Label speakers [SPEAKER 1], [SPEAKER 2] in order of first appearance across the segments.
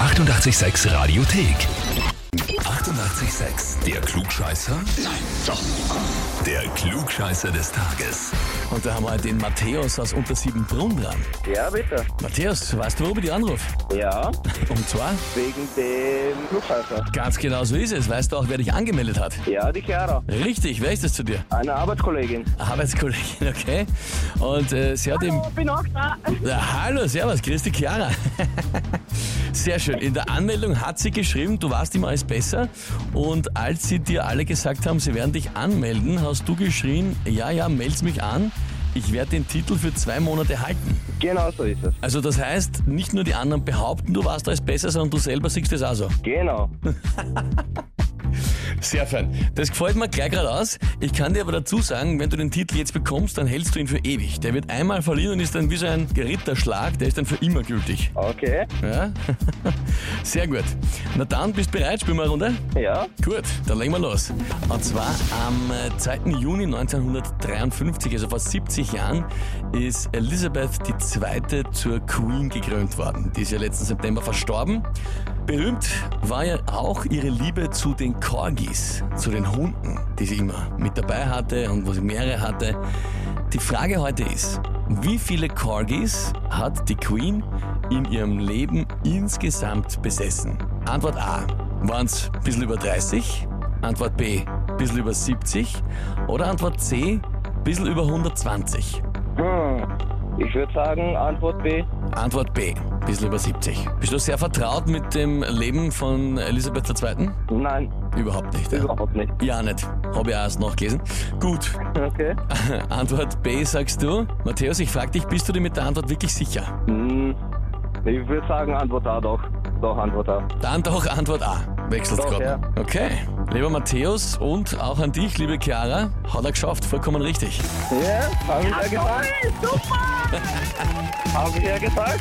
[SPEAKER 1] 886 Radiothek. 88,6. Der Klugscheißer? Nein, doch. Der Klugscheißer des Tages.
[SPEAKER 2] Und da haben wir halt den Matthäus aus Untersiebenbrunn dran.
[SPEAKER 3] Ja, bitte.
[SPEAKER 2] Matthäus, weißt du, warum ich dich anrufe?
[SPEAKER 3] Ja,
[SPEAKER 2] Und zwar,
[SPEAKER 3] wegen dem Flugpfeifer.
[SPEAKER 2] ganz genau so ist es. Weißt du auch, wer dich angemeldet hat?
[SPEAKER 3] Ja, die Chiara.
[SPEAKER 2] Richtig, wer ist das zu dir?
[SPEAKER 3] Eine Arbeitskollegin.
[SPEAKER 2] Arbeitskollegin, okay? Und äh, sie hat im
[SPEAKER 4] Ich bin auch da.
[SPEAKER 2] Na, hallo, servus, grüß dich, Chiara. Sehr schön. In der Anmeldung hat sie geschrieben, du warst immer alles besser. Und als sie dir alle gesagt haben, sie werden dich anmelden, hast du geschrien, ja, ja, meld mich an. Ich werde den Titel für zwei Monate halten.
[SPEAKER 3] Genau so ist es.
[SPEAKER 2] Also das heißt, nicht nur die anderen behaupten, du warst alles besser, sondern du selber siehst es auch so.
[SPEAKER 3] Genau.
[SPEAKER 2] Sehr fein. Das gefällt mir gleich gerade aus. Ich kann dir aber dazu sagen, wenn du den Titel jetzt bekommst, dann hältst du ihn für ewig. Der wird einmal verliehen und ist dann wie so ein Ritterschlag, der ist dann für immer gültig.
[SPEAKER 3] Okay.
[SPEAKER 2] Ja? Sehr gut. Na dann, bist bereit? Spielen wir eine Runde?
[SPEAKER 3] Ja,
[SPEAKER 2] Gut, dann legen wir los. Und zwar am äh, 2. Juni 1953, also vor 70 Jahren, ist Elisabeth II. zur Queen gekrönt worden. Die ist ja letzten September verstorben. Berühmt war ja auch ihre Liebe zu den Corgis, zu den Hunden, die sie immer mit dabei hatte und wo sie mehrere hatte. Die Frage heute ist, wie viele Corgis hat die Queen in ihrem Leben insgesamt besessen? Antwort A, waren es ein bisschen über 30? Antwort B, ein bisschen über 70? Oder Antwort C, ein bisschen über 120?
[SPEAKER 3] hm. ich würde sagen, Antwort B.
[SPEAKER 2] Antwort B, ein bisschen über 70. Bist du sehr vertraut mit dem Leben von Elisabeth II.?
[SPEAKER 3] Nein,
[SPEAKER 2] Überhaupt nicht. Ja,
[SPEAKER 3] überhaupt nicht.
[SPEAKER 2] ja nicht. Habe ich auch erst nachgelesen. Gut,
[SPEAKER 3] Okay.
[SPEAKER 2] Antwort B sagst du. Matthäus, ich frage dich, bist du dir mit der Antwort wirklich sicher?
[SPEAKER 3] Hm. Ich würde sagen, Antwort A doch. Doch, Antwort A.
[SPEAKER 2] Dann doch Antwort A. Wechselt
[SPEAKER 3] Doch,
[SPEAKER 2] gerade.
[SPEAKER 3] ja.
[SPEAKER 2] Okay. Lieber Matthäus und auch an dich, liebe Chiara, hat er geschafft, vollkommen richtig.
[SPEAKER 3] Ja, habe ich ja gesagt.
[SPEAKER 4] Toll, super.
[SPEAKER 3] Habe ich ja gesagt.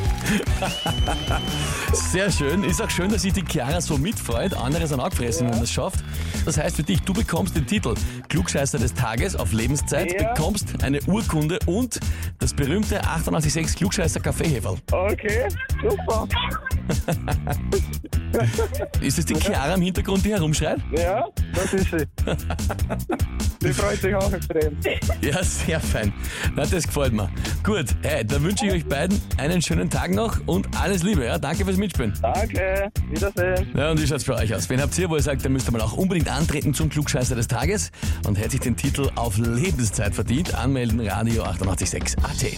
[SPEAKER 2] Sehr schön. Ist auch schön, dass sich die Chiara so mitfreut. Andere sind auch gefressen, wenn das schafft. Das heißt für dich, du bekommst den Titel Klugscheißer des Tages auf Lebenszeit,
[SPEAKER 3] Ja.
[SPEAKER 2] bekommst eine Urkunde und das berühmte 886 Klugscheißer Kaffeeheferl.
[SPEAKER 3] Okay, super.
[SPEAKER 2] Ist es die Chiara im Hintergrund, die herumschreit?
[SPEAKER 3] Ja, das ist sie. Die freut sich auch extrem.
[SPEAKER 2] Ja, sehr fein. Na, das gefällt mir. Gut, hey, dann wünsche ich euch beiden einen schönen Tag noch und alles Liebe. Ja, danke fürs Mitspielen.
[SPEAKER 3] Danke, Wiedersehen.
[SPEAKER 2] Ja, und wie schaut's bei euch aus? Wen habt ihr, wo ihr sagt, da müsst ihr mal auch unbedingt antreten zum Klugscheißer des Tages und hätte sich den Titel auf Lebenszeit verdient? Anmelden, Radio 886 AT.